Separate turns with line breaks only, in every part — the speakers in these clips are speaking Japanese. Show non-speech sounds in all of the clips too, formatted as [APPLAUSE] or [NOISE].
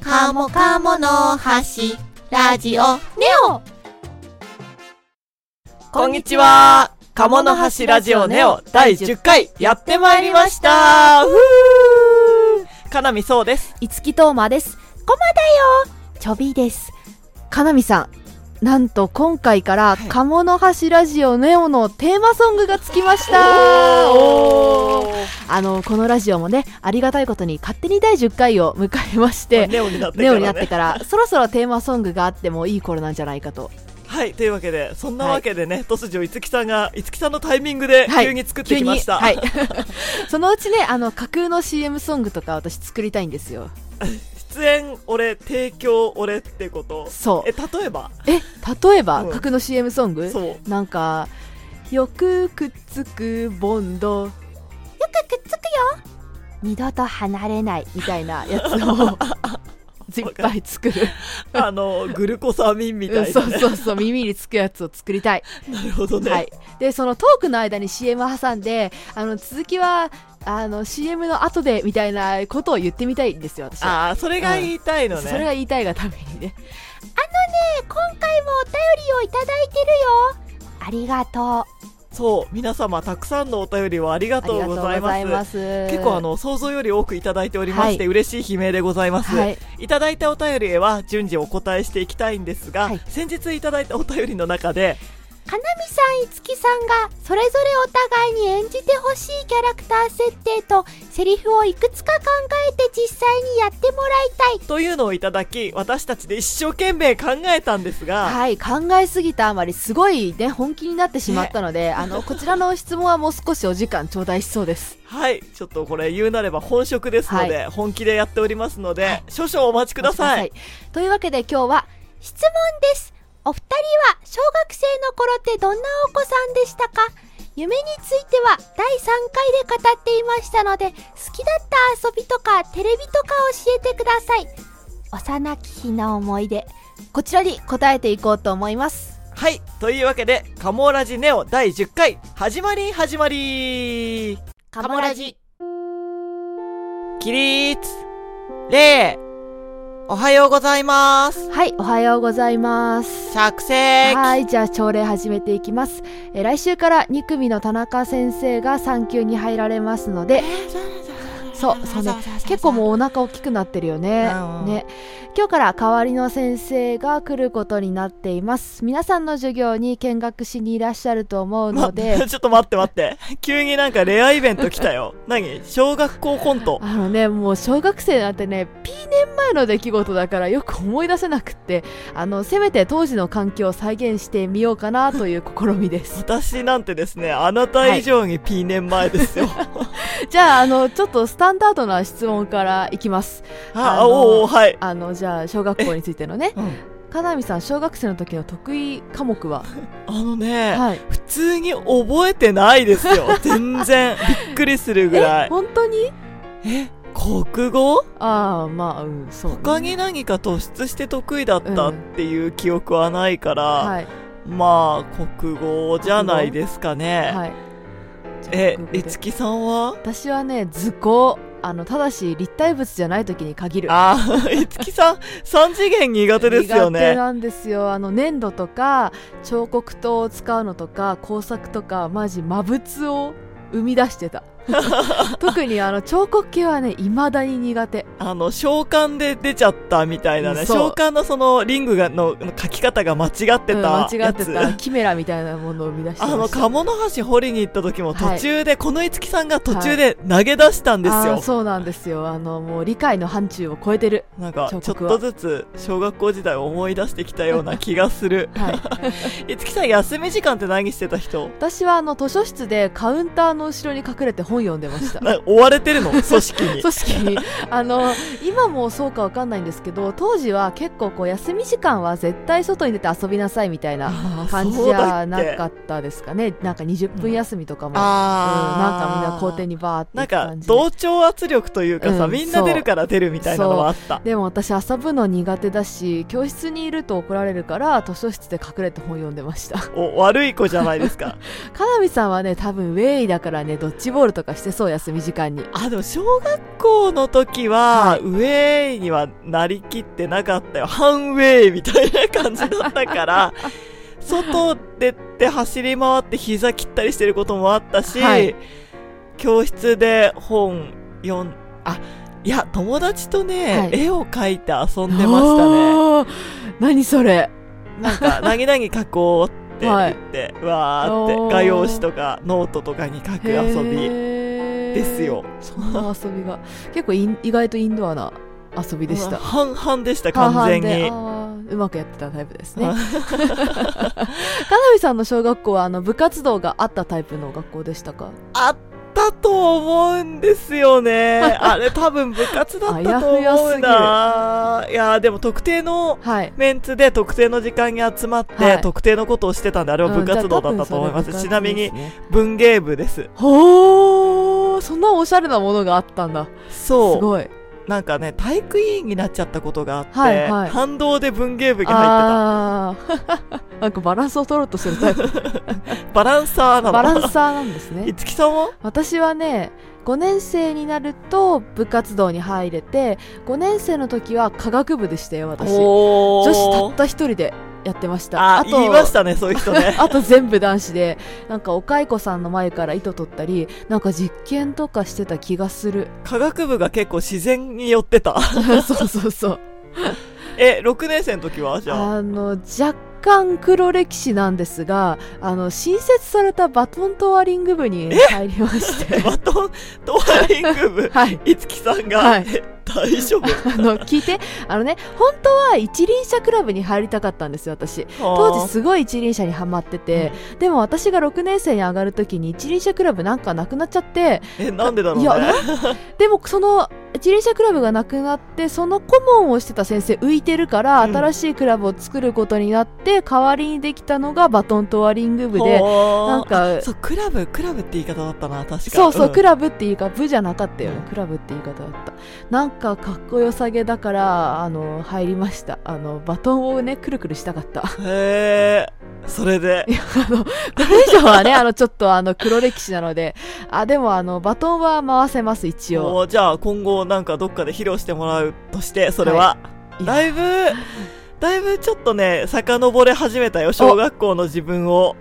カモカモの橋ラジオネオ
こんにちは鴨の橋ラジオネオ第10回やってまいりましたふぅーかなみそうです。
いつきとうまです。こまだよちょびです。かなみさん、なんと今回から、
はい
鴨の橋ラジオネオのテーマソングがつきました
おー
あの、このラジオもね、ありがたいことに勝手に第10回を迎えまして、
ネオになってから、ね。
ネオになってから、そろそろテーマソングがあってもいい頃なんじゃないかと。
はい、というわけで、そんなわけでね、突如、いつきさんが、いつきさんのタイミングで
はい
急に作ってきました。
急にはい。 [LAUGHS] そのうちね、あの、架空の CM ソングとか私作りたいんですよ。
出演俺、提供俺ってこと。
そう
え、例えば
え、例えば、
うん
架空の CM ソング
そう。
なんか、よくくっつくボンド。よくくっつくよ二度と離れないみたいな
[LAUGHS]
やつを、 [LAUGHS] いっぱい作る。
あの、グルコサミンみたいな、
う
ね。
んそうそうそう、耳につくやつを作りたい。
なるほ [LAUGHS] どね。
はい。で、そのトークの間に CM 挟んで、あの、続きは、あの、CM の後で、みたいなことを言ってみたいんですよ、私は。
ああ、それが言いたいのね。
それが言いたいがためにね。
今回もお便りをいただいてるよありがと
そう、皆様、たくさんのお便りをありが
あり
とう
がとう
ご
ご
ざいま
ざ
す
い。ます。
結構あ、の想像より多くいただいておりまして、
は
嬉しい悲鳴でございます、、
はいい。
ただいたお便りへは順次お答えしていきたいんですが、
はい
先日いただいたお便りの中で
うかなみさんいつきさんがそれぞれお互いに演じてほしいキャラクター設定とセリフをいくつか考えて実際にやってもらいたい
というのをいただき私たちで一生懸命考えたんですが、
はい、考えすぎたあまりすごいね本気になってしまったの
[LAUGHS]
で、あのこちらの質問はもう少しお時間頂戴しそうです。
はい、ちょっとこれ言うなれば本職ですので、本気でやっておりますので、少々お待ちください。
お待ちくださいというわけで今日は
質問ですお二人は小学生の頃ってどんなお子さんでしたか夢については第3回で語っていましたので好きだった遊びとかテレビとか教えてください幼き日の思い出
こちらに答えていこうと思います。
はい、というわけで、カモラジネオ第10回、始まり始まり
カモラジ
起立礼おはようございます
はい、おはようございます。
着席
はい、じゃあ朝礼始めていきます。えー来週から2組の田中先生が3級に入られますので、そう、そうね。結構もうお腹大きくなってるよね
うんうん。
ね。今日から代わりの先生が来ることになっています。皆さんの授業に見学しにいらっしゃると思うので、
ま [LAUGHS] ちょっと待って待って。急になんかレアイベント来た
[LAUGHS]
よ。何小学校コント。
あのね、もう小学生なんてね、P 年前の出来事だからよく思い出せなくって、あの、せめて当時の環境を再現してみようかなという試み
[LAUGHS]
です。
私なんてですね、あなた以上に P 年前ですよ。
じゃあ、あの、ちょっとスタンダードな質問からいきます。
[LAUGHS] あ、
あの
おうおうはい。
あの、じゃあ、小学校についてのね、かなみさん、小学生の時の得意科
[LAUGHS]
目は、
あのね、
はい。
普通に覚えてないですよ。全然。びっくりするぐら
え、
い。
本当に
え国語
ああまあうんそうね、
他に何か突出して得意だったっていう記憶はないから、
はい
まあ、国語じゃないですかね。
はい
え
国、語で
いつきさんは
私はね図工あのただし立体物じゃない時に限る
あー、 [LAUGHS] いつきさん、三次元苦手ですよ
苦手
ね。
なんですよあの粘土とか彫刻刀を使うのとか工作とかマジ魔物を生み出して
[LAUGHS]
た特にあの彫刻系はねいまだに苦手
あの、召喚で出ちゃったみたいなね。
そ
召
う
喚のその、リングが、の書き方が間違ってた
うん
や
間
つ。
違ってたキメラみたいなものを生み出してま
あ
した
の、鴨の橋掘りに行った時も
はい
途中で、このいつきさんが途中で投げ出したんです
あ
よ
ー。そうなんですよあのもう理解の範疇を超えてる
なんか、ちょ
彫
っ
刻
と
は。
ずつ、小学校時代を思い出してきたような気がする [LAUGHS]
はい
いつきさん、休み時間って何してた人
私はあの図書室でカウンターの後ろに隠れて本読んでました
な追われてるの
[LAUGHS]
組織に。
組織にあの今もそうかわかんないんですけど当時は結構こう休み時間は絶対外に出て遊びなさいみたいな
あー
感じ
そう
じ
だっ
ゃ
け
なかったですかねなんか20分休みとかも、うんなん
あ
か
あ、
みんな校庭にバーって
な
行
ん
く
か
感じで
同調圧力というかさ、
うん
みんな出るから出るみたいなのはあった
でも私遊ぶの苦手だし教室にいると怒られるから図書室で隠れて本読んでました
お悪い子じゃないですか
かなみさんはね多分ウェイだからねドッジボールととかしてそう休み時間に
あ、でも小学校の時は、ウェイにはなりきってなかったよ。半ウェイみたいな感じだった
[LAUGHS]
から、外出て走り回って膝切ったりしてることもあったし、
はい
教室で本読ん、あ、いや、友達とね、
はい
絵を描いて遊んでましたね。
おー何それ
なんか、何々書こうって言
[LAUGHS]
って、わー
お
っ
ー
て、画用紙とかノートとかに書く遊び
び
ですよ。
そんな遊びが結構イン意外とインドアな遊びでし
まあ
た
半々でした、完全
半々で
に。
あーうまくやってたタイプですね
は
[LAUGHS] か
い
なみさんの小学校はあの部活動があったタイプの学校でしたか
あったと思うんですよ
[LAUGHS]
ね。あれ多分部活だったと
あや
思
ふ
うな。いや、でも特定の
はい
メンツで特定の時間に集まって、
はい
特定のことをしてたんで、あれは部活動だったと思います。ちなみに文芸部です。
ほーそんなおしゃれなものがあったんだす
そ
ごい。
う。なんかね、体育委員になっちゃったことがあって、
はいはい
反動で文芸部に入って
あー [LAUGHS] なんかバランスを取ろうとするタイ
た。
プ。
バランサーなの。
バラ
[LAUGHS]
ンサーなんです
い
ね。
つきさんは
[LAUGHS] 私はね、5年生になると部活動に入れて、5年生の時は科学部でしたよ、私。女
お
子たった一人でやってました。
あ
あと。
言いましたね、そういう人ね [LAUGHS]
[LAUGHS] あと全部男子で、なんかお蚕さんの前から糸取ったり、なんか実験とかしてた気がする。 [LAUGHS]
科学部が結構自然に寄ってた。
そうそうそう。
え、6年生の時はじゃあ。
あの若干黒歴史なんですがあの新設されたバトントワリング部に入りま
[LAUGHS]
して [LAUGHS]
バトントワリング部
はい
いつきさんが、
はい
え大丈夫
あの聞いてあのね本当は一輪車クラブに入りたかったんですよ私 [LAUGHS] 当時すごい一輪車にはまってて、でも私が6年生に上がる時に一輪車クラブなんかなくなっちゃって
えなんでだろうね
いやでもその自輪車クラブがなくなってその顧問をしてた先生浮いてるから、
うん
新しいクラブを作ることになって代わりにできたのがバトントワリング部で
ほー
なんか
そうクラブクラブって言い方だったな確か
そうそう、ク
ラ
ラブっていうか部じゃなかったよね、
うん
クラブって言い方だったなんかかっこよさげだからあの入りましたあのバトンをねくるくるしたかった [LAUGHS] こ
ブへえそれで
れ以上はねあのちょっとあの黒歴史なのであでもあのバトンは回せます一応
もうじゃあ今後なんかどっかで披露してもらうとしてそれは、
いいや
だいぶだいぶちょっとね遡れ始めたよ小学校の自分を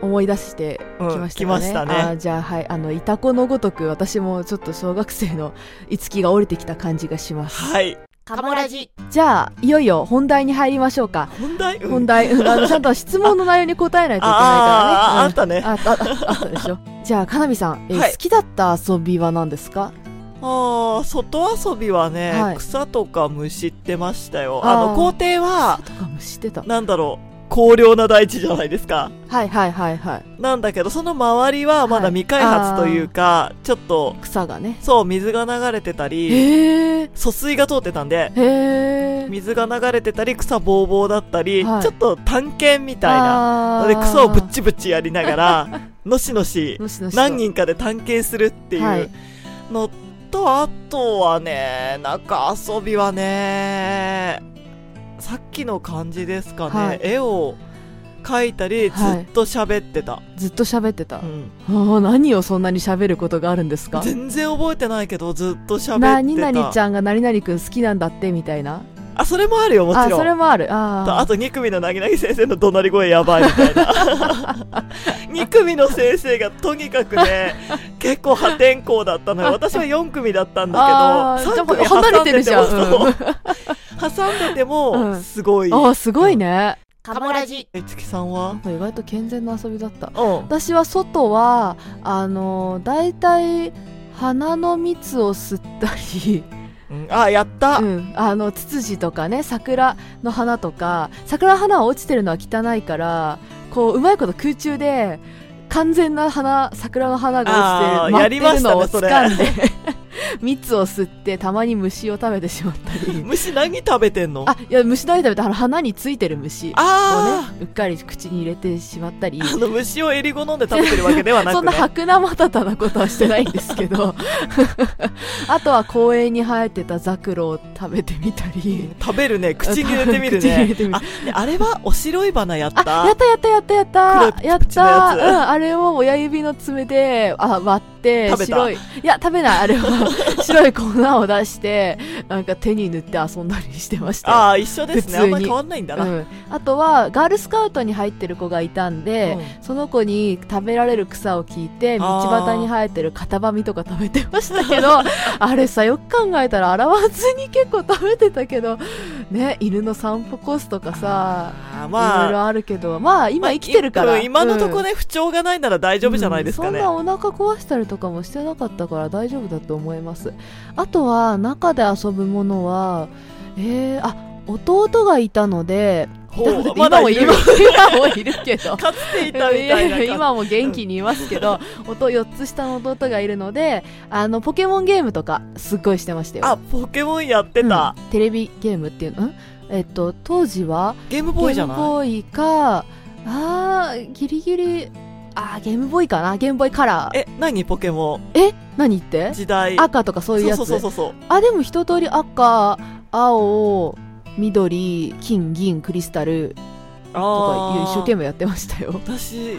思い出してき
うん
ましたかね,、
来ましたね
あじゃあはいあのいたこのごとく私もちょっと小学生の [LAUGHS] いつきが降りてきた感じがします
はい
カモラジ
じゃあいよいよ本題に入りましょうか
本題、うん
本題、うんあのちゃんと質問の内容に答えないといけな
[LAUGHS]
い
あーあ
からね。うん
ったね
ああああったでしょ。じゃあ、かなみさん、えー
はい
好きだった遊びは何ですか
ああ外遊びはね、
はい
草とか虫ってましたよ
あー
あの校庭は
とかも知ってた。
なんだろう荒涼な大地じゃないですか
はいはいはいはい。
なんだけどその周りはまだ未開発というか、ちょっと
草がね。
そう水が流れてたり
へえ。
疎水が通ってたんで
へえ。み
水が流れてたり草ぼうぼうだったり、
はい
ちょっと探検みたいな
な
で草をぶっちぶちやりながらのしのし
のしのしと
何人かで探検するってい
は
う
い
のと、あとはねなんか遊びはねさっきの感じですかね、
はい
絵を描いたりず
はい
っと喋ってた、
ずっと喋ってた。あ
うん
ー何をそんなに喋ることがあるんですか
全然覚えてないけどずっと喋ってた
何々ちゃんが何々くん好きなんだってみたいな。
あそれもあるよも
あ、
ちろ
そ
ん
れもある。あ
と
ー
あと2組のなぎなぎ先生の怒鳴り声やばいみたいな2
[LAUGHS]
組の先生がとにかくね結構破天荒だったのよ私は4組だったんだ
あー
けど3
でも
組
離れてるじゃん
挟でてもそう挟んでて
う
も
ん
すごい
あー、すごいね。
カモラジ
えつきさんは
意外と健全な遊びだった。
うん
私は外はあの大体花の蜜を吸ったり、
うんあやった、
うん、あのツツジとかね桜の花とか桜の花は落ちてるのは汚いからこううまいこと空中で完全な花桜の花が
あー
落ちて
や
る
り
舞っ
ま
てる
し
の
た
を
ねそれ
掴んで [LAUGHS] 蜜を吸ってたまに虫を食べてしまったり
虫何食べてんの
あいや虫だけ食べてあの花についてる虫を
あ
ねうっかり口に入れてしまったり
ーあの虫をえり好んで食べてるわけではなく、ね、
[LAUGHS] そんな白なまたたなことはしてないんですけ
[LAUGHS]
どあとは公園に生えてたザクロを食べてみたり
食べるね口に入れてみる
[LAUGHS] 口に入
ね
れてみる
あねあれはお白い花やった
あやったやったやったやった
黒い
やっ
プチプチのや
た、う
つ
ん、あれを親指の爪であ割って
食べた
白いいや食べないあれ
[LAUGHS]
は白い粉を出してなんか手に塗って遊んだりしてましたよ
ああ、一緒です
普
ね。
通に
あんまり変わんないんだな。
うん、あとはガールスカウトに入ってる子がいたんで、
う
その子に食べられる草を聞いて道端に生えてるカタバミとか食べてましたけど
[LAUGHS]
あれさよく考えたら洗わずに結構食べてたけどね犬の散歩コースとか
あ
さ
ー
いろい
まあ、
ろあるけどまあ今生きてるから、
まあいうん今のとこ
ね、
ね、不調がないなら大丈夫じゃないですかね。
うんそんなお腹壊したりとかもしてなかったから大丈夫だと思いますあとは中で遊ぶものはえー、あ弟がいたので
ほうま
今
だ
も
い
いる
る。
今もいるけど
かつていたみた
[LAUGHS]
いな感じ。
今も元気にいますけど弟4つ下の弟がいるのであのポケモンゲームとかすっごいしてましたよ
あ、ポケモンやってた。
うんテレビゲームっていうのんえっと当時は
ゲームボーイじゃ
ゲ
な
ー
い
ムボーイかあーギリギリあーゲームボーイかなゲームボーイカラー
え、何ポケモン
え何言って
時代。
赤とかそういうやつ
そうそうそうそう。
あでも一通り赤青緑金銀クリスタルとかいう一生懸
命。
命やってましたよ
私、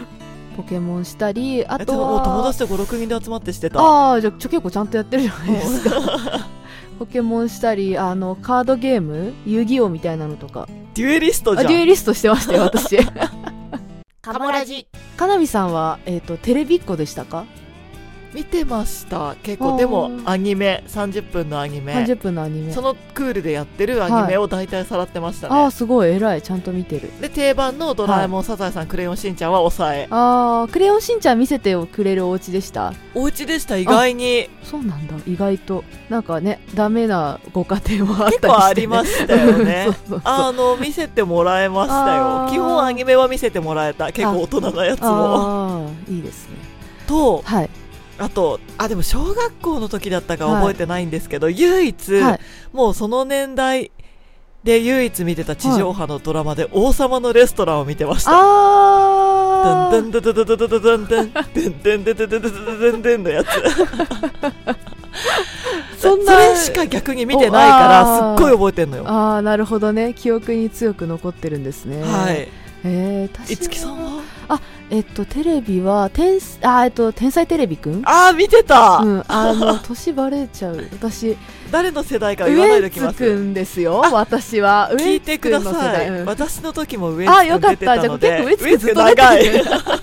ポケモンしたりあ
えで
と
も
は
友達と5、6人で集まってしてた。
ああじゃあちょ結構ちゃんとやってるじゃないですか [LAUGHS] ポケモンしたりあのカードゲーム遊戯王みたいなのとか
デュエリスト
あ
じゃ
デュエ
ん。
リストしてま
[LAUGHS]
したよ私
カモラジ。
かなみさんは、えっとテレビっ子でしたか
見てました。結
あ
構、
ー
でも、アニメ、30分のアニメ。
30分のアニメ
そのクールでやってるアニメを大体さらってましたね。
ああすごい偉いちゃんと見てる
で、定番のドラえもん、サザエさん、クレヨンしんちゃんは抑え。
ああクレヨンしんちゃん見せてくれるお家でした
お家でした、意外に。
そうなんだ意外となんかねダメなご家庭もあったりして、
結構ありましたよね
うん [LAUGHS] そうそうそう
あの、見せてもらえました
あ
よ。
ー
基本アニメは見せてもらえた。結構大人なやつも。
あーいいですね
と、
はい
あと、あ、でも小学校の時だったか
はい
覚えてないんですけど、唯一、
はい
もうその年代で唯一見てた地上波のドラマで、王様のレストランを見てました。
あ
ドンドンドンドンドンドンドンドンドンドンドンドンドンドンドンドンドンのやつ。
あそんな
れしか逆に見てないから、
おあー
すっごい覚えてんのよ。
ああなるほどね記憶に強く残ってるんですね
はい。
えー、確か
いつきさんは
えっとテレビは天すあーえっと天才テレビくん
ああ、見てた、
うん、あの年バレち
[LAUGHS]
ゃう私
誰の世代か
ウ
言わない
エ
でお
ン
き
ツ
ます。
くんですよ私はウ
聞
エン
いて
ツ
く
くん
だ
の世
さ
代
い。
うん
私の時もウエンツ
あ
君
よか
出
ってた
た
じゃあ
の
結
で、
構ウエンツくんずっと出
長い。
てる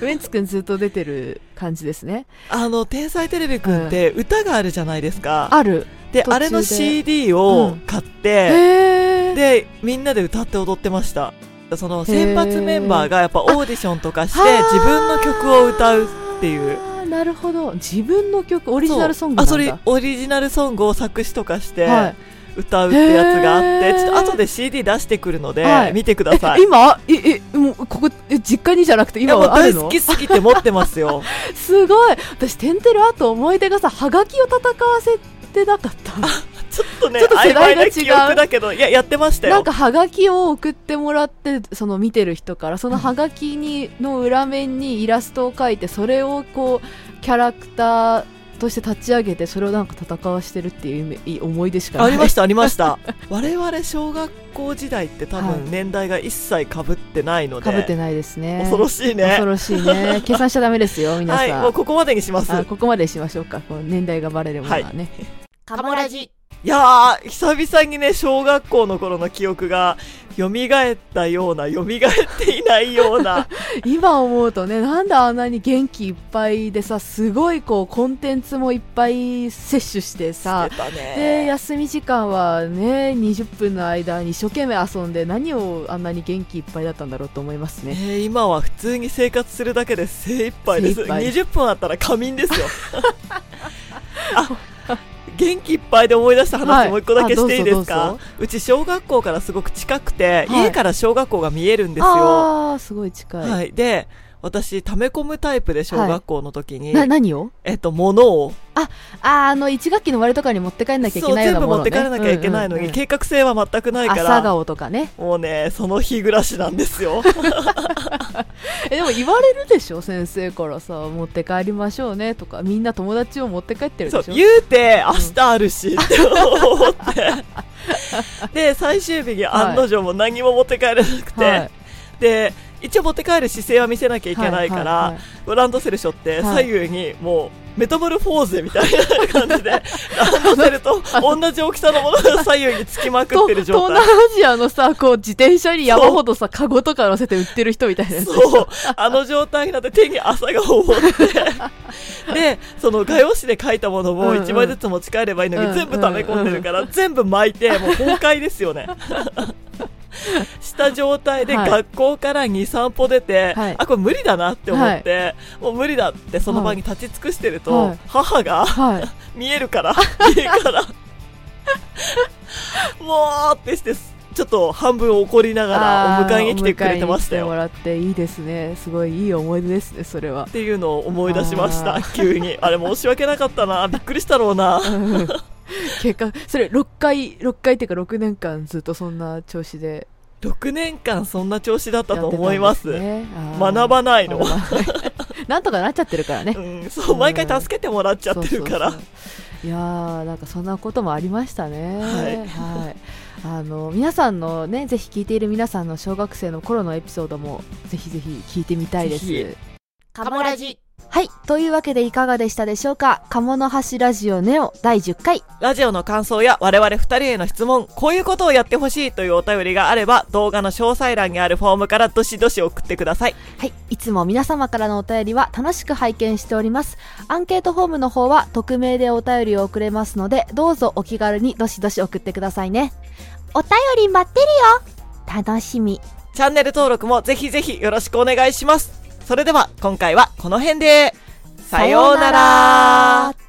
[LAUGHS] ウエンツくんずっと出てる感じですね
あの、天才テレビくんって歌があるじゃないですか。
ある
で、
途中で
あれの CD
う
を
ん
買って、
へえ
で、みんなで歌って踊ってました。その先発メンバーがやっぱオーディションとかして自分の曲を歌うっていう
なるほど自分の曲オリジナルソングなんだ
そうあそれオリジナルソングを作詞とかして
はい
歌うってやつがあって、
へー
ちょっと後で CD 出してくるので、
はい
見てください
え今ええもうここえ実家にじゃなくて
い
今
やもう
はある
大
の
好きすぎて持ってますよ
すごい私テンテルあと思い出がさはがきを戦わせてなかった
ちょっとね
[LAUGHS] ちょっと世
曖昧
代が違う
な記憶だけどいややってましたよ
なんかはがきを送ってもらってその見てる人からそのはがきにの裏面にイラストを描いてそれをこうキャラクターとして立ち上げてそれをなんか戦わしてるっていうイメいい思い出しかない
ありましたありました
[LAUGHS]
我々小学校時代って多
はい
分年代が一切かぶってないので、
かぶってないですね
恐ろしいね
恐ろしいね
[LAUGHS]
計算しちゃダメですよ皆さ
は
ん、
いもうここまでにします
あここまでしましょうかこの年代がバレるものはね、
カモラジ。
いやー、久々にね、小学校の頃の記憶が、蘇ったような、蘇っていないような、
今思うとねなんであんなに元気いっぱいでさすごいこうコンテンツもいっぱい摂取して [LAUGHS] さ
してた
で
ね。
休み時間はね20分の間に一生懸命遊んで何をあんなに元気いっぱいだったんだろうと思います
え
ね
ー今は普通に生活するだけで精一杯です。
精一杯
20分あったら仮眠
[LAUGHS]
ですよ。あ元気いっぱいで思い出した
は
話
い
もう一個だけしていいです
あど
か
うぞどうぞ
うち小学校からすごく近くて、
はい
家から小学校が見えるんですよ。
ああすごい近い、
はい。で、私、溜め込むタイプで小学校の時に、
な何を
えっと、物を
あーあの1学期の終わりとかに持って帰んなきゃいけないような
そう全部
も
持
の、
っ
ね、
て帰らなきゃいけないのに、
うんうんうん
計画性は全くないか
朝
ら
顔とかね
もうねその日暮らしなんですよ
えでも言われるでしょ先生からさ持って帰りましょうねとかみんな友達を持って帰ってる
そ
で
う
しょ
言うて明日あるしって思
[LAUGHS]
ってで最終日に案の定もう何も持って帰れなくて、
はい
で一応持って帰る姿勢は見せなきゃいけないから、
はいはいはい
ランドセル背負って
はい
左右にもうメタモルフォーゼみたいな感じでランドセルと同じ大きさのものが左右につきまく
と
ってる
東
状
南
態。
アジアのさこう自転車に山ほどさカゴとか乗せて売ってる人みたいなやつ
[LAUGHS] そう、あの状態になって手に朝顔を持
[LAUGHS]
って、で、その画用紙で書いたもの
う
も
んうん
一枚ずつ持ち帰ればいいの
うんう
に
ん
全部溜め込んでるから、全部巻いて、もう崩壊です
[LAUGHS]
よね。した状態で
はい
学校から2、3歩出て、
はい
あ、これ無理だなって思って、もう無理だってその場に立ち尽くしてると、
はい
母が、
はい
見える
[LAUGHS]
から、家から。もうってして、ちょっと半分怒りながらお迎えに来てくれてました
あーお
よ。っ
迎えに来てもらっていいですねすごいいい思い出ですねそれ
[LAUGHS]
は
ていうのを思い出しまし
あ
た、急に。あれ申し訳なかったな、びっくりしたろうな。
うん結果それ6回6回っていうか6年間ずっとそんな調子で
6年間そんな調子だっ
や
た
って
と
たんですね
思います。
あー
学ばないの。
学ばない [LAUGHS] なんとかなっちゃってるからね
うん、そう、毎回助けてもらっちゃってるから
そう。そうそういやーなんかそんなこともありましたね
はい
はいあの皆さんのねぜひ聞いている皆さんの小学生の頃のエピソードもぜひぜひ聞いてみたいです
ぜ
カモラジ。
はいというわけでいかがでしたでしょうか「鴨の橋ラジオネオ第10回
ラジオの感想や我々二人への質問、こういうことをやってほしいというお便りがあれば、動画の詳細欄にあるフォームからどしどし送ってください。」
はいいつも皆様からのお便りは楽しく拝見しておりますアンケートフォームの方は匿名でお便りを送れますのでどうぞお気軽にどしどし送ってくださいね
お便り待ってるよ楽しみ。
チャンネル登録もぜひぜひよろしくお願いします。それでは今回はこの辺で、さようなら